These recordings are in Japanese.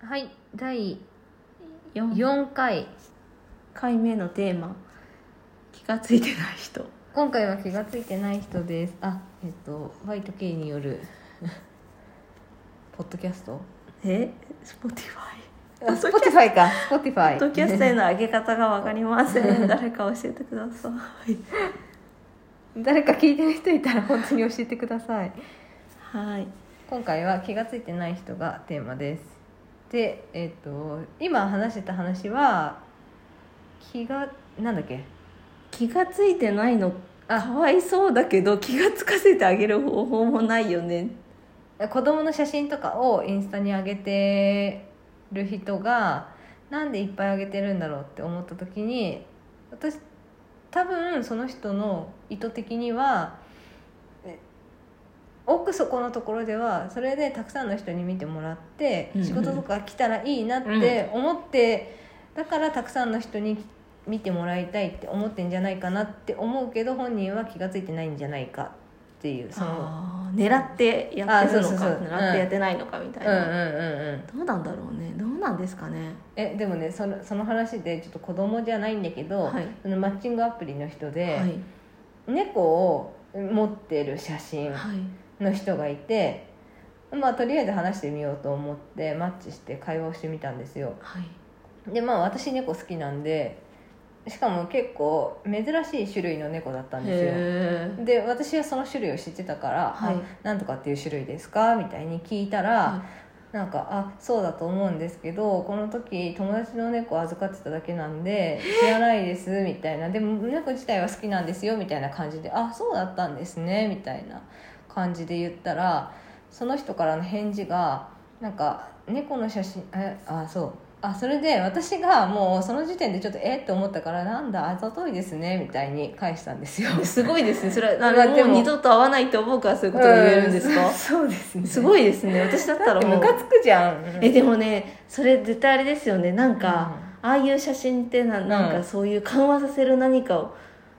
はい第4 4回回目のテーマ気がついてない人今回は気がついてない人ですあえっと Y2K による ポッドキャストえスポティフあ Spotify か Spotify ァイポッドキャストへの上げ方がわかりません誰か教えてください誰か聞いてる人いたら本当に教えてくださいはい今回は気がついてない人がテーマですでえっと今話してた話は気がなんだっけ気がついてないのあかわいそうだけど気がつかせてあげる方法もないよね子供の写真とかをインスタに上げてる人がなんでいっぱい上げてるんだろうって思った時に私多分その人の意図的にはえ奥底のところではそれでたくさんの人に見てもらってうんうん仕事とか来たらいいなって思ってだからたくさんの人に見てもらいたいって思ってんじゃないかなって思うけど本人は気が付いてないんじゃないかっていうその。あー狙ってやってるのかあそうそうそう狙ってやってないのかみたいうんうんうな、んうんどうなんだろうねどうなんですかねえでもねそのその話でちょっと子供じゃないんだけど、はいそのマッチングアプリの人で、はい猫を持ってる写真はいの人がいて、まあとりあえず話してみようと思ってマッチして会話をしてみたんですよはいでまあ私猫好きなんでしかも結構珍しい種類の猫だったんですへよで私はその種類を知ってたから「はいあなんとかっていう種類ですか?」みたいに聞いたら、はなんかあそうだと思うんですけどこの時友達の猫預かってただけなんで知らないですみたいなでも猫自体は好きなんですよみたいな感じであそうだったんですねみたいな感じで言ったらその人からの返事がなんか猫の写真えあそうあそれで私がもうその時点でちょっとえって思ったからなんだあざといですねみたいに返したんですよ。いすごいですねそれまあはででももう二度と会わないと思うからそういうことが言えるんですうかそうですね。すいごいですね私だったらもムうカつくじゃん。えでもねそれ絶対あれですよねなんか、うああいう写真ってななんうんかそういう緩和させる何かを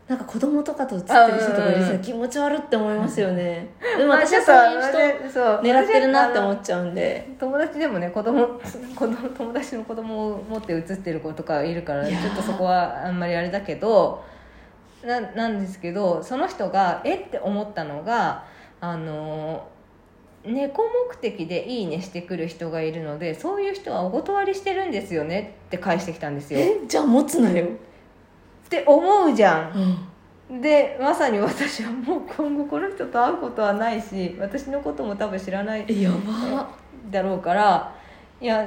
なんか子供とかと写ってる人とかいるあうんうんうん人気持ち悪って思いますよね、でもまあ私はそういうちょっと人狙ってるなって思私はっちゃうんであの友達でもね子供 子供友達の子供を持って写ってる子とかいるからいちやーょっとそこはあんまりあれだけどななんですけどその人がえって思ったのがあの猫目的で「いいね」してくる人がいるのでそういう人はお断りしてるんですよねって返してきたんですよ。っえじゃあ持つなよ、て思うじゃん。うんでまさに私はもう今後この人と会うことはないし私のことも多分知らないえやばだろうからいや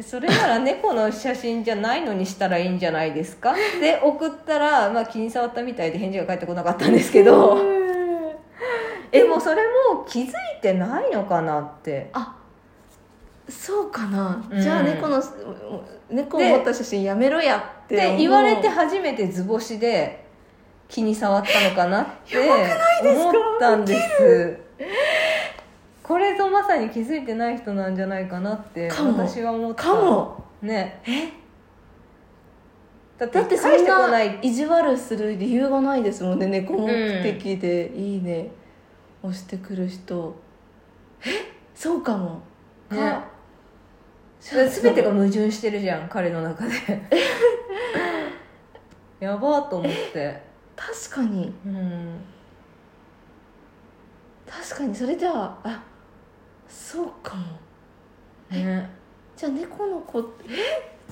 それなら猫の写真じゃないのにしたらいいんじゃないですかで送ったら、まあ、気に障ったみたいで返事が返ってこなかったんですけどでもそれも気づいてないのかなってあそうかな、うんじゃあ猫の猫を持った写真やめろやって思でう言われて初めて図星で気に障ったのかなって思ったんですこれぞまさに気づいてない人なんじゃないかなってかも私は思ったかもねえだってだってそん返してこなない意地悪する理由がないですもんね猫目的で「いいね」押してくる人えそうかもかね全てが矛盾してるじゃん彼の 中でやばーと思って確かにうん 確かにそれじゃああそうかもねじゃあ猫の子え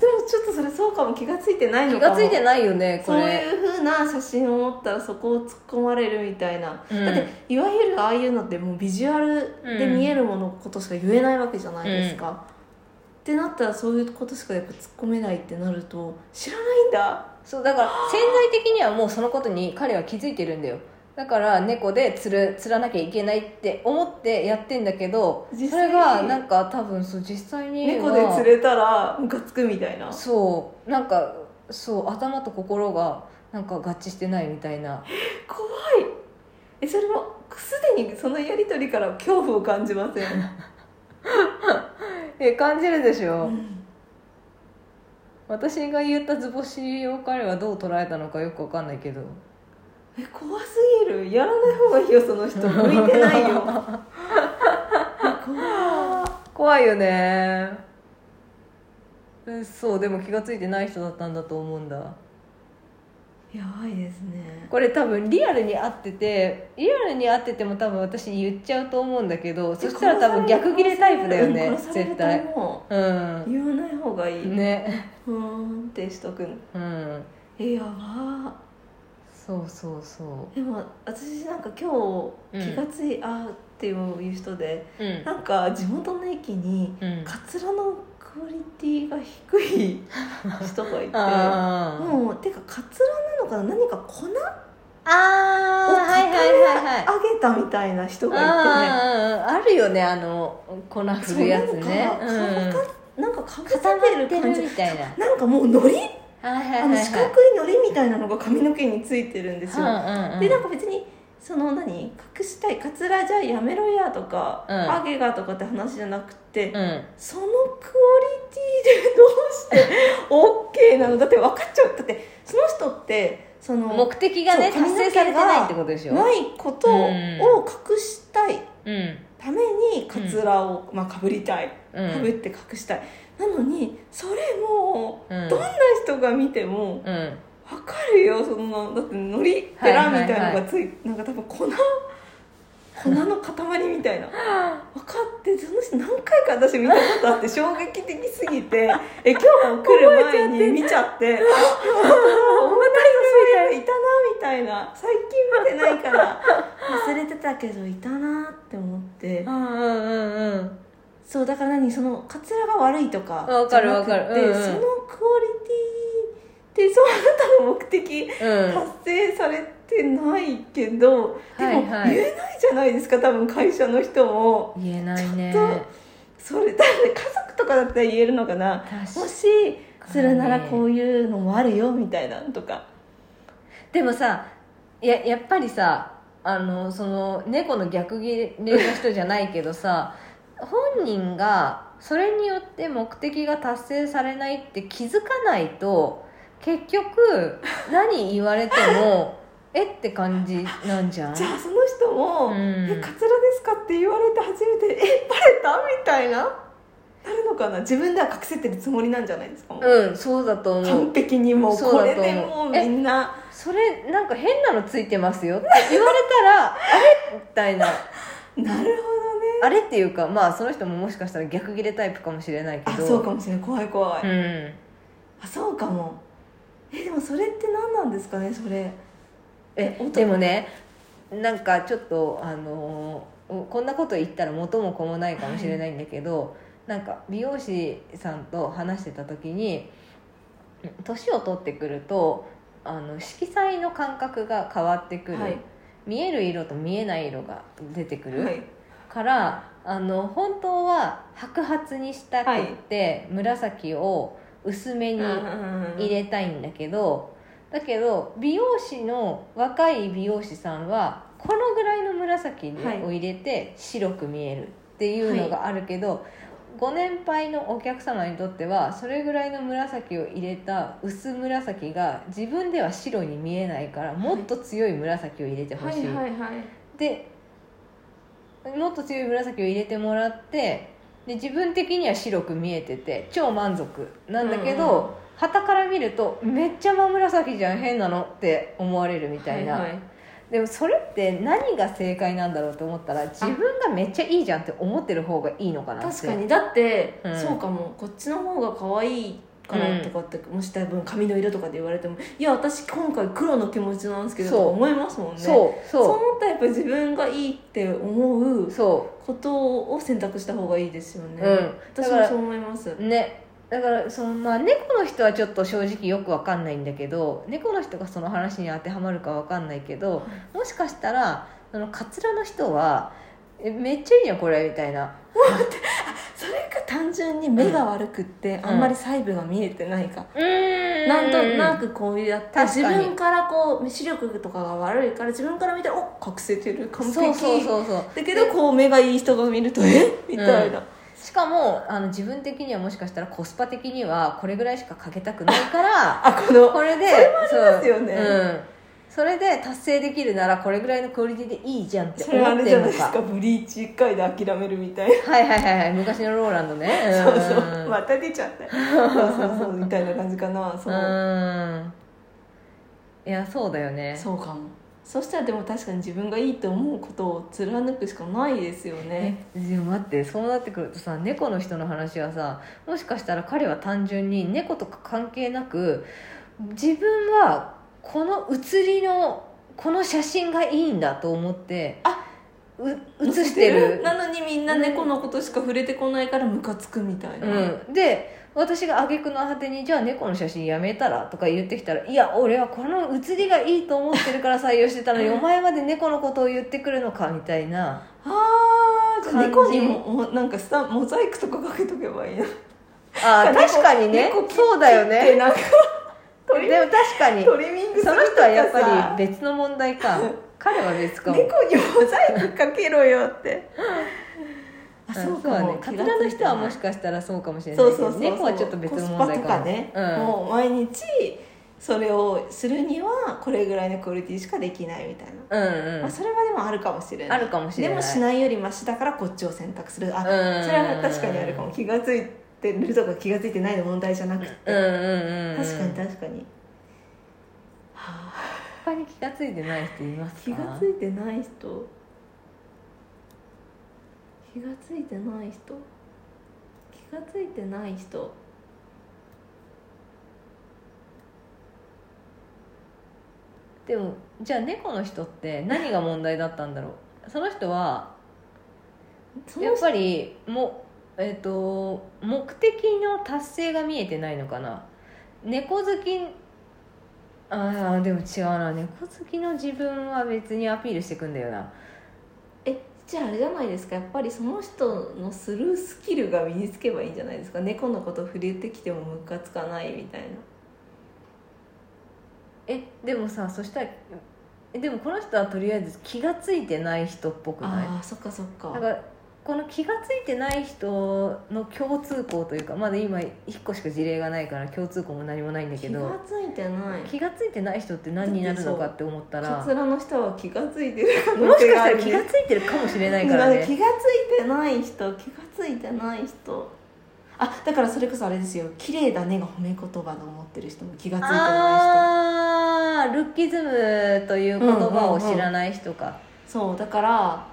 でもちょっとそれそうかも気がついてない気のかがもついてないよねこそういれうふうな写真を持ったらそこを突っ込まれるみたいな、うんだっていわゆるああいうのってもうビジュアルで見えるものことしか言えないわけじゃないですか、ってなったらそういうことしかやっぱ突っ込めないってなると知らないんだそうだから潜在的にはもうそのことに彼は気づいてるんだよだから猫で釣る釣らなきゃいけないって思ってやってんだけどそ実際れがなんか多分そう実際には猫で釣れたらムカつくみたいなそうなんかそう頭と心がなんか合致してないみたいな怖いえそれもすでにそのやり取りから恐怖を感じません、え感じるでしょ、うん私が言った図星を彼はどう捉えたのかよくわかんないけどえ怖すぎるやらない方がいいよその人向 いてないよえ怖い怖いよねうんそうでも気が付いてない人だったんだと思うんだやばいですねこれ多分リアルに会っててリアルに会ってても多分私言っちゃうと思うんだけどそしたら多分逆ギレタイプだよねうん殺される絶対と思うんう言わない方がいい、ねふーんってしとくのうんえやばそうそうそーでも私なんか今うん日気がつい、あーっていう人でううんなんか地元の駅にうんカツラのクオリティが低い人がいて あーもうてかカツラなのかな何か粉をああかはいはいはいはいあげたみたいな人がいあーあるよねあの粉て振ねるやつねそうなんかなんかかぶ固せまっててる感るじみたいななんかもうのはりいはいあはのい四角いのりみたいなのが髪の毛についてるんですよ、はいでなんか別にその何隠したいカツラじゃやめろやとか、うんハゲがとかって話じゃなくて、うんうんそのクオリティで どうして OK なのだって分かっちゃうだってその人ってそのうん目的がねそう達成されてないってことでしょないことを隠したいうんためにカツラを、まあ、かぶりたいうんかぶって隠したい、なのにそれもうんどんな人が見てもうん分かるよそのだってのりペラみたいなのがつい,、なんか多分粉粉の塊みたいな分かってその人何回か私見たことあって衝撃的すぎて え今日も来る前に見ち ゃって「あおまたいのいたな」みたいな最近見てないから忘れてたけどいたなって思ってうんうんうんうんそうだから何そのかつらが悪いとかわかるじゃなくてわかるうんうんそのクオリティでそうあなたの目的うん達成されてないけど、ではもい言はいえないじゃないですか多分会社の人も言えないねちょっそれだって家族とかだったら言えるのかな確かもにしするならこういうのもあるよみたいなのとかでもさややっぱりさあのその猫の逆ギレの人じゃないけどさ本人がそれによって目的が達成されないって気づかないと結局何言われても えって感じなんじゃんじゃあその人もうん「えカツラですか?」って言われて初めて「えバレた?」みたいななるのかな自分では隠せてるつもりなんじゃないですかもううんそうだと思う完璧にもうそうこだれと思うでもうみんなそれなんか変なのついてますよって 言われたらあれみたいななるほどねあれっていうかまあその人ももしかしたら逆ギレタイプかもしれないけあどそうかもしれない怖い怖い、うんあそうかもえでもそれって何なんですかねそれえ音でもねなんかちょっとあのーこんなこと言ったら元も子もないかもしれないんだけど、なんか美容師さんと話してた時に年を取ってくるとあの色彩の感覚が変わってくる、はい見える色と見えない色が出てくる、はいからあの本当は白髪にしたくって、紫を薄めに入入れたいんだけど、だけど美容師の若い美容師さんはこのぐらいの紫はいを入れて白く見えるっていうのがあるけど、ご年配のお客様にとってはそれぐらいの紫を入れた薄紫が自分では白に見えないからもっと強い紫を入れてほしい。いはいでもっと強い紫を入れてもらってで自分的には白く見えてて超満足なんだけど、うんうん旗から見るとめっちゃ真紫じゃん変なのって思われるみたいな、はいはいでもそれって何が正解なんだろうと思ったら自分がめっちゃいいじゃんって思ってる方がいいのかなって確かにだって、うんそうかもこっちの方が可愛いからとかって、もし多分髪の色とかで言われてもいや私今回黒の気持ちなんですけどそうとか思いますもんねそうそうそ思ったらやっぱ自分がいいって思ううそことを選択した方がいいですよね、うんだ私かもらそう思いますうねだからそのまあ猫の人はちょっと正直よくわかんないんだけど猫の人がその話に当てはまるかわかんないけど、もしかしたらそのカツラの人は「えめっちゃいいじゃんこれ」みたいなそれか単純に目が悪くって、んあんまり細部が見えてないか、うんなんとなくこうやって確自かに分からこう視力とかが悪いから自分から見たらお隠せてる完璧そうそうそうそうだけどこう目がいい人が見るとえみたいな、しかもあの自分的にはもしかしたらコスパ的 にはこれぐらいしかかけたくないからあこのこれでそれもありますよねそううんそれで達成できるならこれぐらいのクオリティでいいじゃんってそ思れあっれてじゃるなのいですかかブリーチ1回で諦めるみたいなはいはいはいはい昔のローランドねうんそうそうまた出ちゃったそうそうそうみたいな感じかなそううんいやそうだよねそうかもそしたらでも確かに自分がいいと思うことを貫くしかないですよえねでも待ってそうなってくるとさ猫の人の話はさもしかしたら彼は単純に猫とか関係なく自分はこの写りのこの写真がいいんだと思ってあう写してるなのにみんな猫のことしか触れてこないからムカつくみたいな、うん、で私が挙句の果てに「じゃあ猫の写真やめたら?」とか言ってきたら「いや俺はこの写りがいいと思ってるから採用してたのに お前まで猫のことを言ってくるのか」みたいなあーじゃあ猫感じにもおなんかスタンモザイクとかかけとけばいいなあー猫確かにね猫切っそうだよでねなんかトでリも確かにトリミングすそるとの人かさはやっぱり別の問題か 彼は別かも猫にモザイクかけろよってあ あそうだかもねカツラの人はもしかしたらそうかもしれないそうけそどうそう猫はちょっと別の問題コスパかとかもね、うんもう毎日それをするにはこれぐらいのクオリティしかできないみたいな、うんまうあ、んそれはでもあるかもしれないあるかもしれないでもしないよりマシだからこっちを選択するあ、うんそれは確かにあるかも気が付いてるとか気が付いてないの問題じゃなくて、うんうんうん確かにに確かに、はあ、他に気が付いてない人いますか気が付いてない人気が付いてない人気が付いてない人でもじゃあ猫の人って何が問題だったんだろうその人はそやのっぱりもえっ、と目的の達成が見えてないのかな猫好きああでも違うな猫好きの自分は別にアピールしてくんだよなえじゃああれじゃないですかやっぱりその人のスルースキルが身につけばいいんじゃないですか猫のこと触れてきてもムカつかないみたいなえでもさそしたらえでもこの人はとりあえず気が付いてない人っぽくないあーそっかそっかなんかこの気が付いてない人の共通項というかまだ今1個しか事例がないから共通項も何もないんだけ気どが付いてない気が付いてない人って何になるのかって思ったからつらの人は気が付いてる可も能しかし性があたらる気が付いてるかもしれないかだらから気がね付いてない人気が付いてない人あだからそれこそあれですよ綺麗だねが褒め言葉と思ってる人も気が付いてない人あールッキズムという言葉を知らない人か、そうだから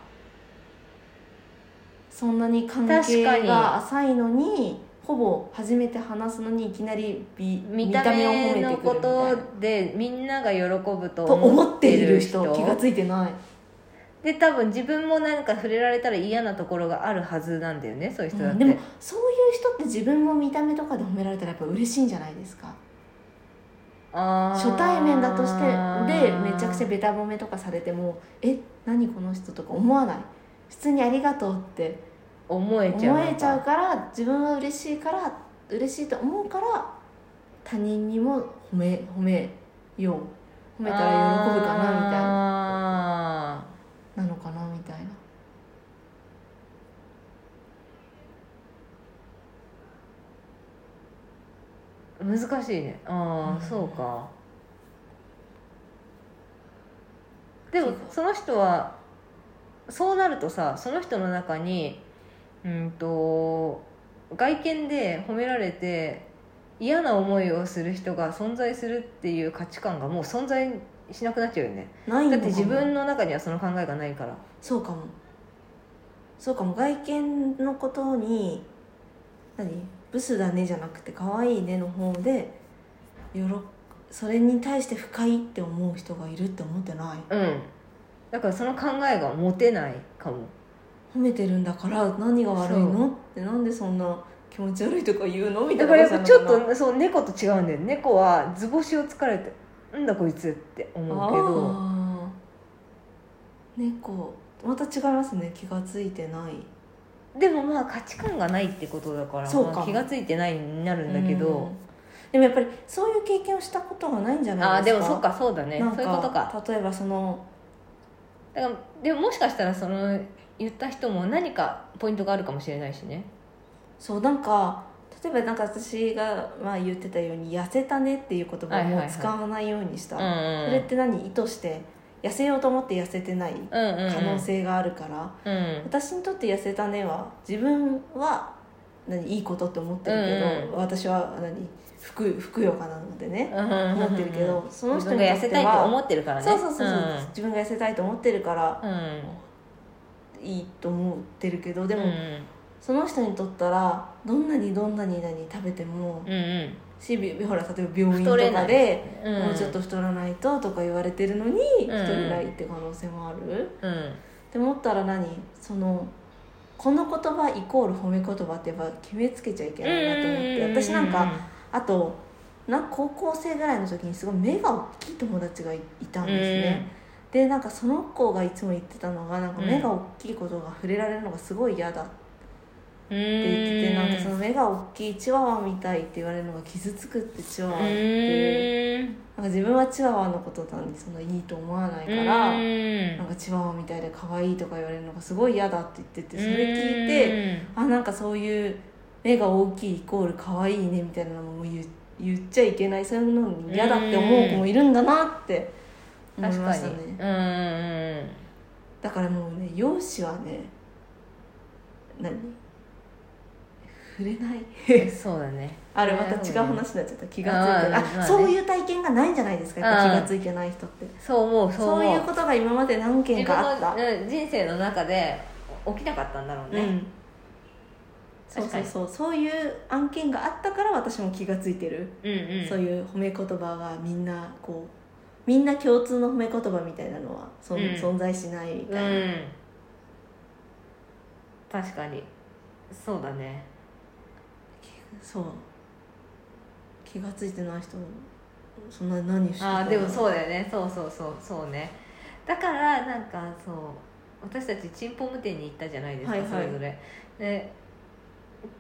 そんなに関確係かにが浅いのにほぼ初めて話すのにいきなり美見見たた目を目褒めてくるのみたこいなとでみんなが喜ぶとと思思っってていいるる人人気が付いてないで多分自分もなんか触れられたら嫌なところがあるはずなんだよねそういう人だって、でもそういう人って自分も見た目とかで褒められたらやっぱ嬉しいんじゃないですかあー初対面だとしてでめちゃくちゃベタ褒めとかされても「え何この人」とか思わない普通に「ありがとう」って思え思ちゃうのかえちゃうから自分は嬉しいから嬉しいと思うから他人にも褒め褒めよう褒めたら喜ぶかなみたいなななのかなみたいな難しいねああ、うんそうかでもそうその人はそうなるとさその人の中にうんと外見で褒められて嫌な思いをする人が存在するっていう価値観がもう存在しなくなっちゃうよねないのだかっもて自分の中にはその考えがないからそうかもそうかも外見のことに何ブスだねじゃなくて可愛いねの方でよろそれに対して不快って思う人がいるって思ってないうんだからその考えが持てないかも褒めてるんだから何が悪いそのってなんでそんな気持ち悪いとか言うのみただいからやなっぱちょっっとそう猫と違うんだよ猫は図星をつかれて「なんだこいつ」って思うけど猫また違いますね気が付いてないでもまあ価値観がないってことだからそうかまあ気が付いてないになるんだけうどんでもやっぱりそういう経験をしたことがないんじゃあなあいでですもかそっかそうだねなんそういうことか例えばそのだからでももしかしたらその言った人も何かポイントがあるかもしれないしねそうなんか例えばなんか私がまあ言ってたように「痩せたね」っていう言葉をもう使わないようにした、うんうんそれって何意図して痩せようと思って痩せてないうんうんうん可能性があるから、うん私にとって痩せたねは自分は何いいことって思ってるけど、うん私は何ふくふくよかなのでね、思ってるけどその人自に分が痩とってせたいと思はってるからねそうそうそうそう、自分が痩せたいと思ってるからうん、いいと思ってるけどでうんも、その人にとったらどんなにどんなに何食べてもうんうんしびほら例えば病院とかで、うんもうちょっと太らないととか言われてるのにん太れないって可能性もある、うんって思ったら何そのこの言葉イコール褒め言葉ってやっぱ決めつけちゃいけないなと思って私なんかあとな高校生ぐらいの時にすごい目が大きい友達がいいたんですね、でなんかその子がいつも言ってたのがなんかうん目が大きいことが触れられるのがすごい嫌だってって言ってて、なんかその目が大きいチワワみたいって言われるのが傷つくってチワワっていうなんか自分はチワワのことなのにそのいいと思わないから、なんかチワワみたいで可愛いとか言われるのがすごい嫌だって言っててそれ聞いててあなんかそういう目が大きいイコール可愛いねみたいなのも言う言っちゃいけないそういうのに嫌だって思う子もいるんだなって思い確まかしにたうんねうんだからもうね容姿はね何触れないうんそうだねあれまた違う話になっちゃった気がついてあーあ、まあねそういう体験がないんじゃないですかやっぱ気がついてない人ってそう思うそう そう思いうことが今まで何件自かあっ分たのうん人生の中で起きなかったんだろううねんそう確そかうにそうそういう案件があったから私も気がついてる、うんうんそういう褒め言葉がみんなこうみんな共通の褒め言葉みたいなのはそ、うん存在しないみたいな、うん確かにそうだねそう気がついてない人もそんな何してあーでもうそうだよねそうそうそうそうねだからなんかそう私たちチンポム店に行ったじゃないですか、はいはいそれぞれで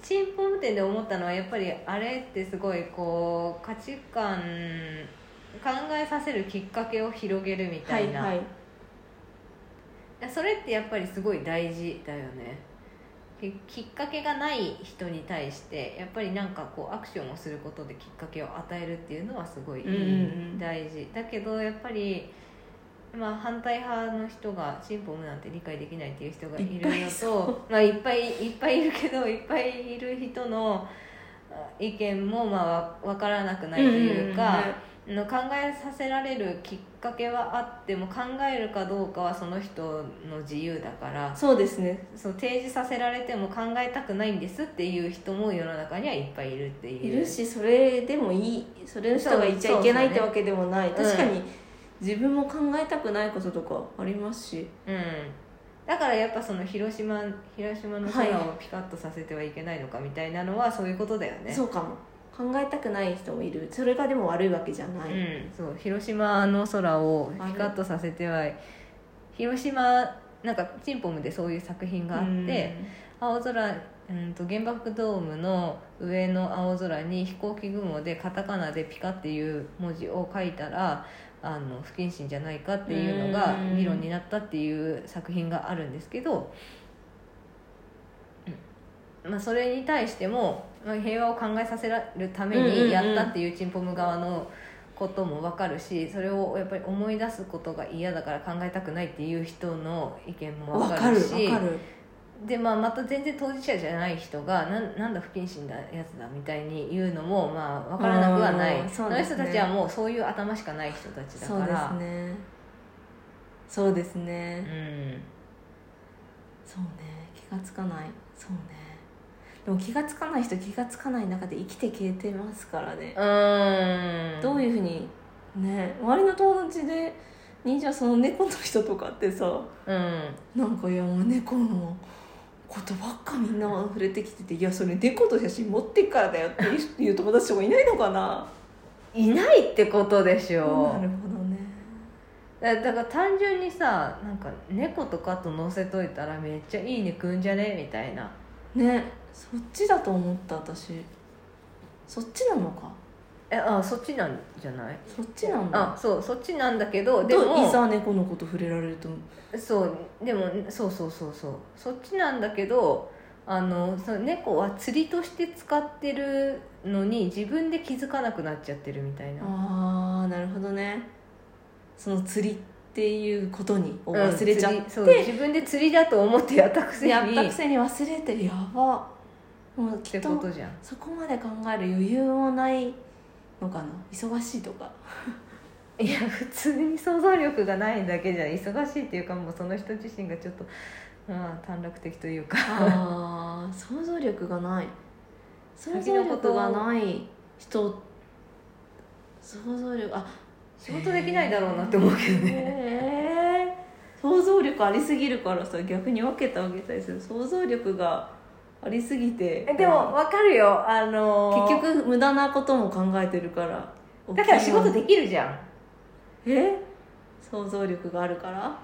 チンポム店で思ったのはやっぱりあれってすごいこう価値観考えさせるきっかけを広げるみたはいいな、はいそれってやっぱりすごい大事だよねききっかけがない人に対してやっぱりなんかこうアクションをすることできっかけを与えるっていうのはすごいいうんいうんうん大事だけどやっぱり、まあ、反対派の人がチンポムなんて理解できないっていう人がいいっるぱいのそとまあ、いっぱいいっぱいいるけどいっぱいいる人のあ意見もまあわわからなくないというか。の考えさせられるきっかけはあっても考えるかどうかはその人の自由だからそうですねそう提示させられても考えたくないんですっていう人も世の中にはいっぱいいるっていいうるしそれでもいいそれの人がいちゃいけないってわけでもない、そうそう確そうねかに自分も考えたくないこととかありますし、うん、だからやっぱその広島広島の空をピカッとさせてはいけないのかみたいなのはそういうことだよね、そうかも考えたくない人もいるそれがでも悪いわけじゃない、うん、そう広島の空をピカッとさせては広島なんかチンポムでそういう作品があって、青空うんと原爆ドームの上の青空に飛行機雲でカタカナで「ピカ」っていう文字を書いたらあの不謹慎じゃないかっていうのがうん議論になったっていう作品があるんですけど、うんまあ、それに対しても、まあ、平和を考えさせられるためにやったっていうチンポム側のことも分かるしそれをやっぱり思い出すことが嫌だから考えたくないっていう人の意見もわ分かかるるわし。かるで、まあ、また全然当事者じゃない人がなんなんだ不謹慎なやつだみたいに言うのも、まあ、分からなくはないあーそそうですねの人たちはもうそういう頭しかない人たちだそうかでらすねそうですね、そうね気がつかないそうねでも気がつかない人気がつかない中で生きて消えてますからね、うんうーんどういうふうにね周りの友達で忍者その猫の人とかってさうんなんかいやもう猫のことばっかみんな触れてきてて「いやそれ猫と写真持ってっからだよ」っていう友達とかいないのかないないってことでしょなるほどねだだから単純にさなんか猫とかと乗せといたらめっちゃいいねくんじゃねみたいなねそっちだと思った私そっちなのかえあそっちなんじゃないそっちなんだあそうそっちなんだけどでともいざ猫のこと触れられるとそうでもそうそうそうそうそっちなんだけどあのその猫は釣りとして使ってるのに自分で気づかなくなっちゃってるみたいなああなるほどねその釣りっていうことにを忘れちゃっうん釣りそうて、自分で釣りだと思ってやったくせにやったくっせに忘れてやばもうきてっこととじゃんそこまで考える余裕もないのかな忙しいとか いや普通に想像力がないだけじゃ忙しいっていうかもうその人自身がちょっとまあ短絡的というかあー想像力がない想像力がない人想像力あ 仕事できないだろうなって思うけどねね想像力ありすぎるからさ逆に分けてあげたりする想像力がありすぎてえでも分かるよあのー結局無駄なことも考えてるからだから仕事できるじゃんえ想像力があるから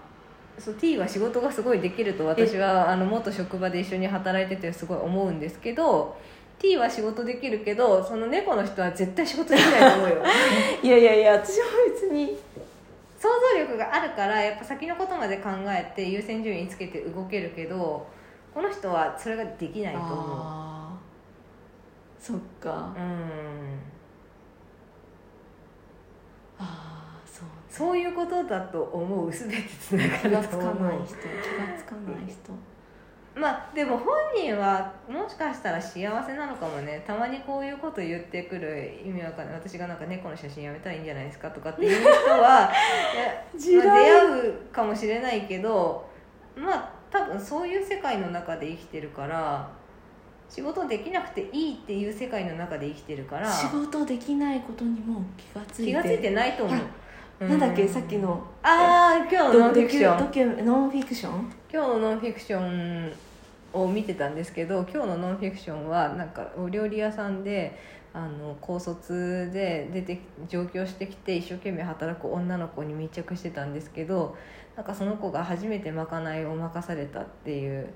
そう T は仕事がすごいできると私はあの元職場で一緒に働いててすごい思うんですけど T は仕事できるけどその猫の人は絶対仕事できないと思う よいやいやいや私は別に想像力があるからやっぱ先のことまで考えて優先順位つけて動けるけどこの人はそれができないと思うあーそっかうんああそうそういうことだと思う全てつな気ががるつとか思うない人気がつかない人まあでも本人はもしかしたら幸せなのかもねたまにこういうこと言ってくる意味わかんない私がなんか猫の写真やめたらいいんじゃないですかとかっていう人 はい地や、まあ、出雷会うかもしれないけどまあ多分そういう世界の中で生きてるから仕事できなくていいっていう世界の中で生きてるから仕事できないことにも気がついて気が付いてないと思うほ。なんだっけさっきののああ今日のノンフィクションドキュドキュノンフィクション今日のノンフィクションを見てたんですけど今日のノンフィクションはなんかお料理屋さんであの高卒で出て上京してきて一生懸命働く女の子に密着してたんですけどなんかその子が初めてまかないを任されたっていう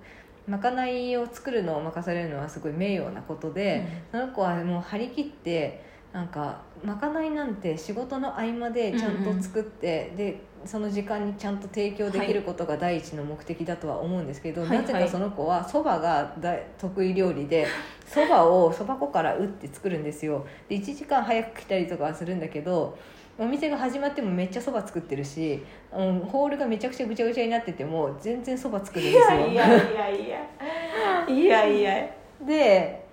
まかないを作るのを任されるのはすごい名誉なことで、その子はもう張り切ってなんかまかないなんて仕事の合間でちゃんと作って、でその時間にちゃんと提供できることが第一の目的だとは思うんですけど、はいなぜはかいその子はそばが大得意料理でそばをそば粉から打って作るんですよで1時間早く来たりとかはするんだけどお店が始まってもめっちゃそば作ってるし、うん、ホールがめちゃくちゃぐちゃぐちゃになってても全然そば作るんいですよやいやいやいやいやいやで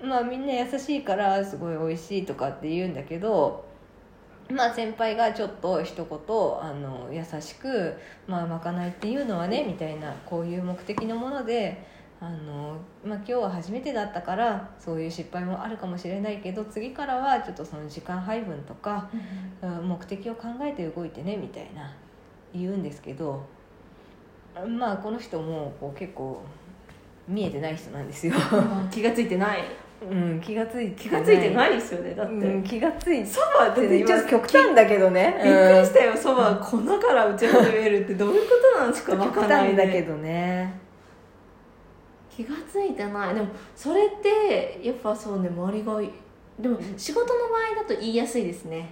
うんまあみんな優しいからすごい美味しいとかって言うんだけどまあ先輩がちょっと一言あの優しく「まあまかないっていうのはね」みたいなこういう目的のもので。あのまあ、今日は初めてだったからそういう失敗もあるかもしれないけど次からはちょっとその時間配分とかうん目的を考えて動いてねみたいな言うんですけどまあこの人もこう結構見えてない人なんですよ、気がついてないうん、気がつい気がついていないですよねだって、うん、気がついそばだっててちょっと今極端だけどねびっくりしうんたよそば粉から打ち始めるってどういうことなんですかわか極んない端ねだけどね気がついてないでもそれってやっぱそうね周りがいでも仕事の場合だと言いやすいですね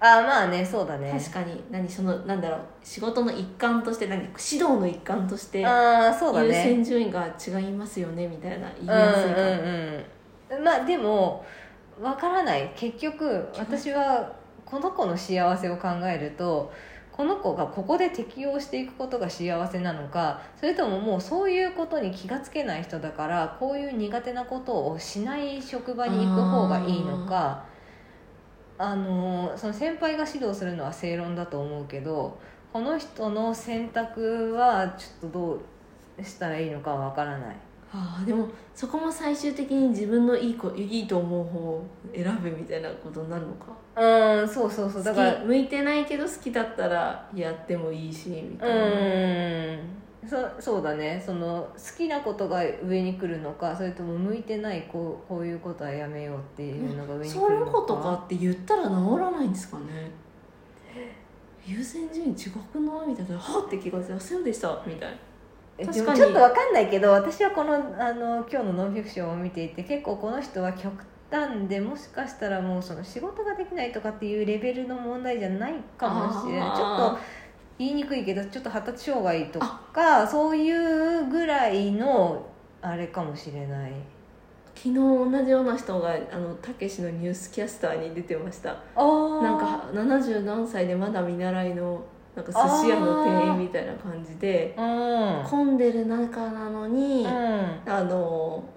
ああまあねそうだね確かに何そのなんだろう仕事の一環として何指導の一環としてああそうだ優ね先順位が違いますよねみたいな言いうんやすいかもうんうんまあでもわからない結局私はこの子の幸せを考えるとこの子がここで適応していくことが幸せなのかそれとももうそういうことに気が付けない人だからこういう苦手なことをしない職場に行く方がいいのかあのその先輩が指導するのは正論だと思うけどこの人の選択はちょっとどうしたらいいのかわからない。ああでもそこも最終的に自分のいいこいいと思う方を選ぶみたいなことになるのかうんそうそうそうだから好き向いてないけど好きだったらやってもいいしみたいな、うんそそうだねその好きなことが上に来るのかそれとも向いてないこうこういうことはやめようっていうのが上に来そういるのうかことかって言ったら治らないんですかね優先順位違くないみたいな「はっ!」て気がついて「あそうでした」みたいなえ確でかもにちょっとわかんないけど私はこのあの今日のノンフィクションを見ていて結構この人は極端でもしかしたらもうその仕事ができないとかっていうレベルの問題じゃないかもしれなあいーちょっと言いにくいけどちょっと発達障害とかそういうぐらいのあれかもしれない昨日同じような人があのたけしのニュースキャスターに出てましたあーなんか70何歳でまだ見習いのなんか寿司屋の店員みたいな感じでうん混んでる中なのに、うんあの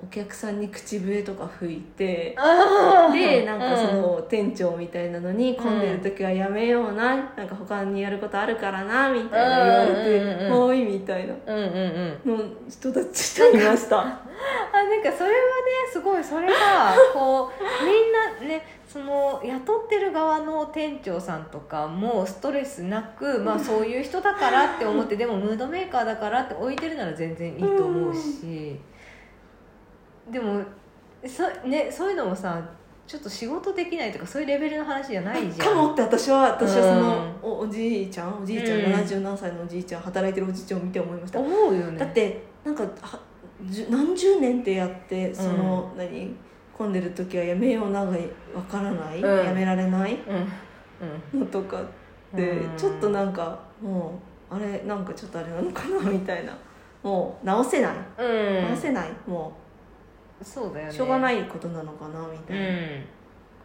お客さんに口笛とか吹いてあーでなんかその店長みたいなのに混んでる時はやめような,、なんか他にやることあるからなみたいな言われうんうんうて「んうん多い」みたいなうんうんうんの人たちがいましたあなんかそれはねすごいそれがこう みんなねその雇ってる側の店長さんとかもストレスなく、まあ、そういう人だからって思ってでもムードメーカーだからって置いてるなら全然いいと思うし、でもそ,、ね、そういうのもさちょっと仕事できないとかそういうレベルの話じゃないじゃん。かもって私は私はそのおおじいちゃんおじいちゃん、うん70何歳のおじいちゃん働いてるおじいちゃんを見て思いました、思うよねだってなんかはじゅ何十年ってやってその、何混んでる時はやめようながわからない、うんやめられないうんのとかって、うんちょっとなんかもうあれなんかちょっとあれなのかなみたいなもう直せないうん、う直ん、せない、もそうだようねしょうがい、ないことなのかなみうたいな、ん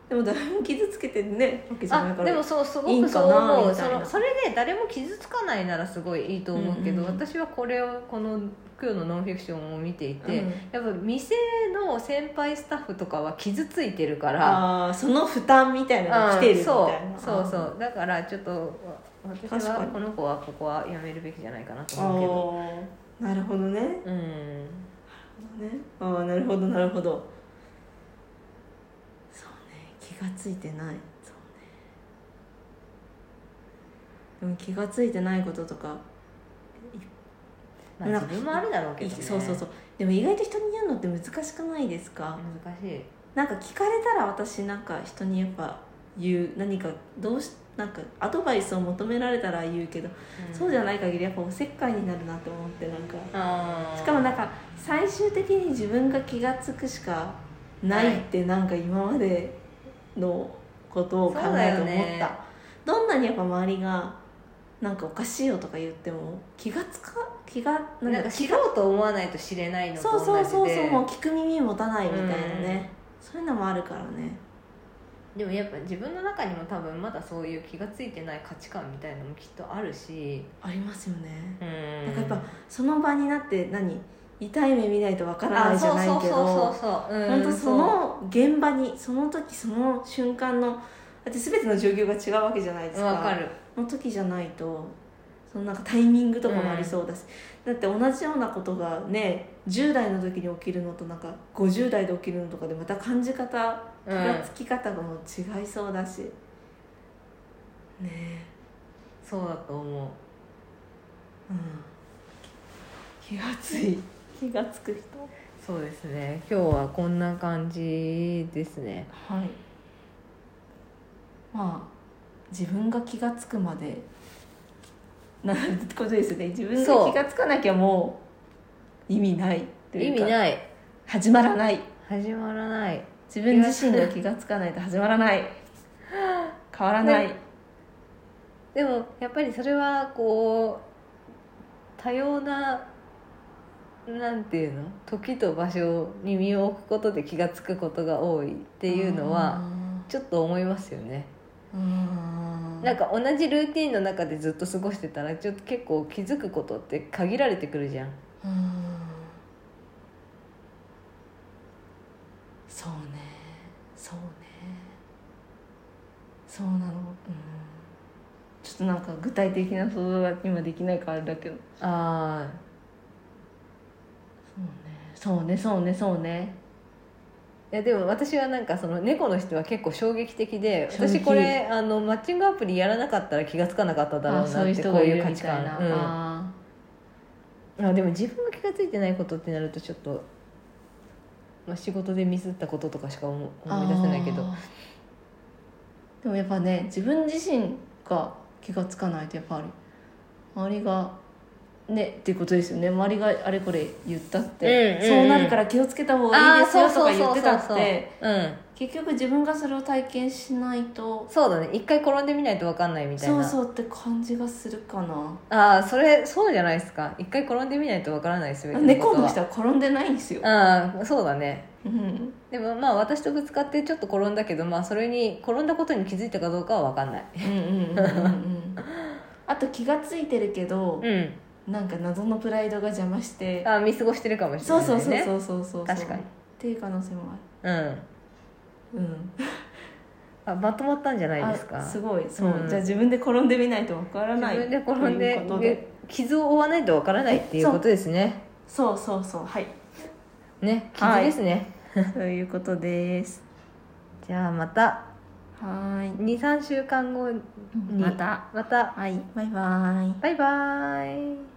でも誰も傷つけてねわけじゃないあからでもそうすいごいんくかそなう思うみたそいなのそれで誰も傷つかないならすごいいいと思うけど、うんうんうん私はこれをこの今日のノンフィクションを見ていて、うんやっぱ店の先輩スタッフとかは傷ついてるからあーその負担みたいなのが来てるみたいそなうそうそうだからちょっと私確かはにこの子はここはやめるべきじゃないかなとあ思うけどーなるほどねうんねあーなるほどなるほどそうね気がついてないそうねでも気がついてないこととかまあ自分もあるだろうけいど、ね、そうそうそうでも意外と人に言うのって難しくないですか、難しいなんか聞かれたら私なんか人にやっぱ言う何かどうしなんかアドバイスを求められたら言うけど、そうじゃいない限りやっぱおせっかいになるなと思ってなんかあーしかもなんか最終的に自分が気が付くしかないってなんか今までのことを考そうだえよて思った、ねどんなにやっぱ周りがなんかおかしいよとか言っても気がつか気がなんなんかか知ろうと思わないと知れないのとそ同うじでそうそうそうもう聞く耳持たないみたいなね、そういうのもあるからねでもやっぱ自分の中にも多分まだそういう気がついてない価値観みたいのもきっとあるしありますよねうんなんかやっぱその場になって何痛い目見ないとわからないじゃないけどあそうそうそうそうそう、うん、本当その現場にその時その瞬間のだって全ての状況が違うわけじゃないですそうかわかるその時じゃないとそのなんかタイミングとかもありそうだし、だって同じようなことがね10代の時に起きるのとなんか50代で起きるのとかでまた感じ方うやんつき方がもう違いそうだし、ねそうだと思うえ、うん、気がつい気がつく人そうですね今日はこんな感じですねはいまあ自分が気が付くまでなんてことですよね自分そがう気が付かなきゃもう意味ないと意いうか味ない始まらない始まらない自分自身が気が付かないと始まら ない変わらない、ねでもやっぱりそれはこう多様ななんていうの時と場所に身を置くことで気が付くことが多いっていうのはちょっと思いますよねうんなんか同じルーティンの中でずっと過ごしてたらちょっと結構気づくことって限られてくるじゃんうんそうねそうねそうなのうんちょっとなんか具体的な想像が今できないからあれだけどあそうねそうねそうねそうねいやでも私はなんかその猫の人は結構衝撃的で衝撃私これあのマッチングアプリやらなかったら気が付かなかっただろうあなってそういう人がいるみたいな、こういう価値観、あうん、あでも自分が気が付いてないことってなるとちょっと、まあ、仕事でミスったこととかしか思ー思い出せないけどあーでもやっぱね自分自身が気がつかないとやっぱり周りがねっていうことですよね周りがあれこれ言ったって、うんうんうんそうなるから気をつけた方がいいですよとか言ってたってそうそうそうそううん気結局自分がそれを体験しないとそうだね一回転んでみないと分かんないみたいそうなそうって感じがするかなああそれそうじゃないですか一回転んでみないと分からないすべてのこ猫とのは人は転んでないんですよ、ああ そうだねうん、でもまあ私とぶつかってちょっと転んだけどまあそれに転んだことに気づいたかどうかは分かんないうんうんうんうんうんあと気がついてるけど、うんなんか謎のプライドが邪魔してああ見過ごしてるかもしれそうないねそうそうそうそうそう確かにっていう可能性もあうんるうんあまとまったんじゃないですかあすごいそう、うんじゃあ自分で転んでみないとわからない自分で転んということでで傷を負わないと分からないっていうことですねそうそうそうはいね傷はいですね、 ということですじゃあまたはーい23週間後にまたまたはいバイバイバイバイ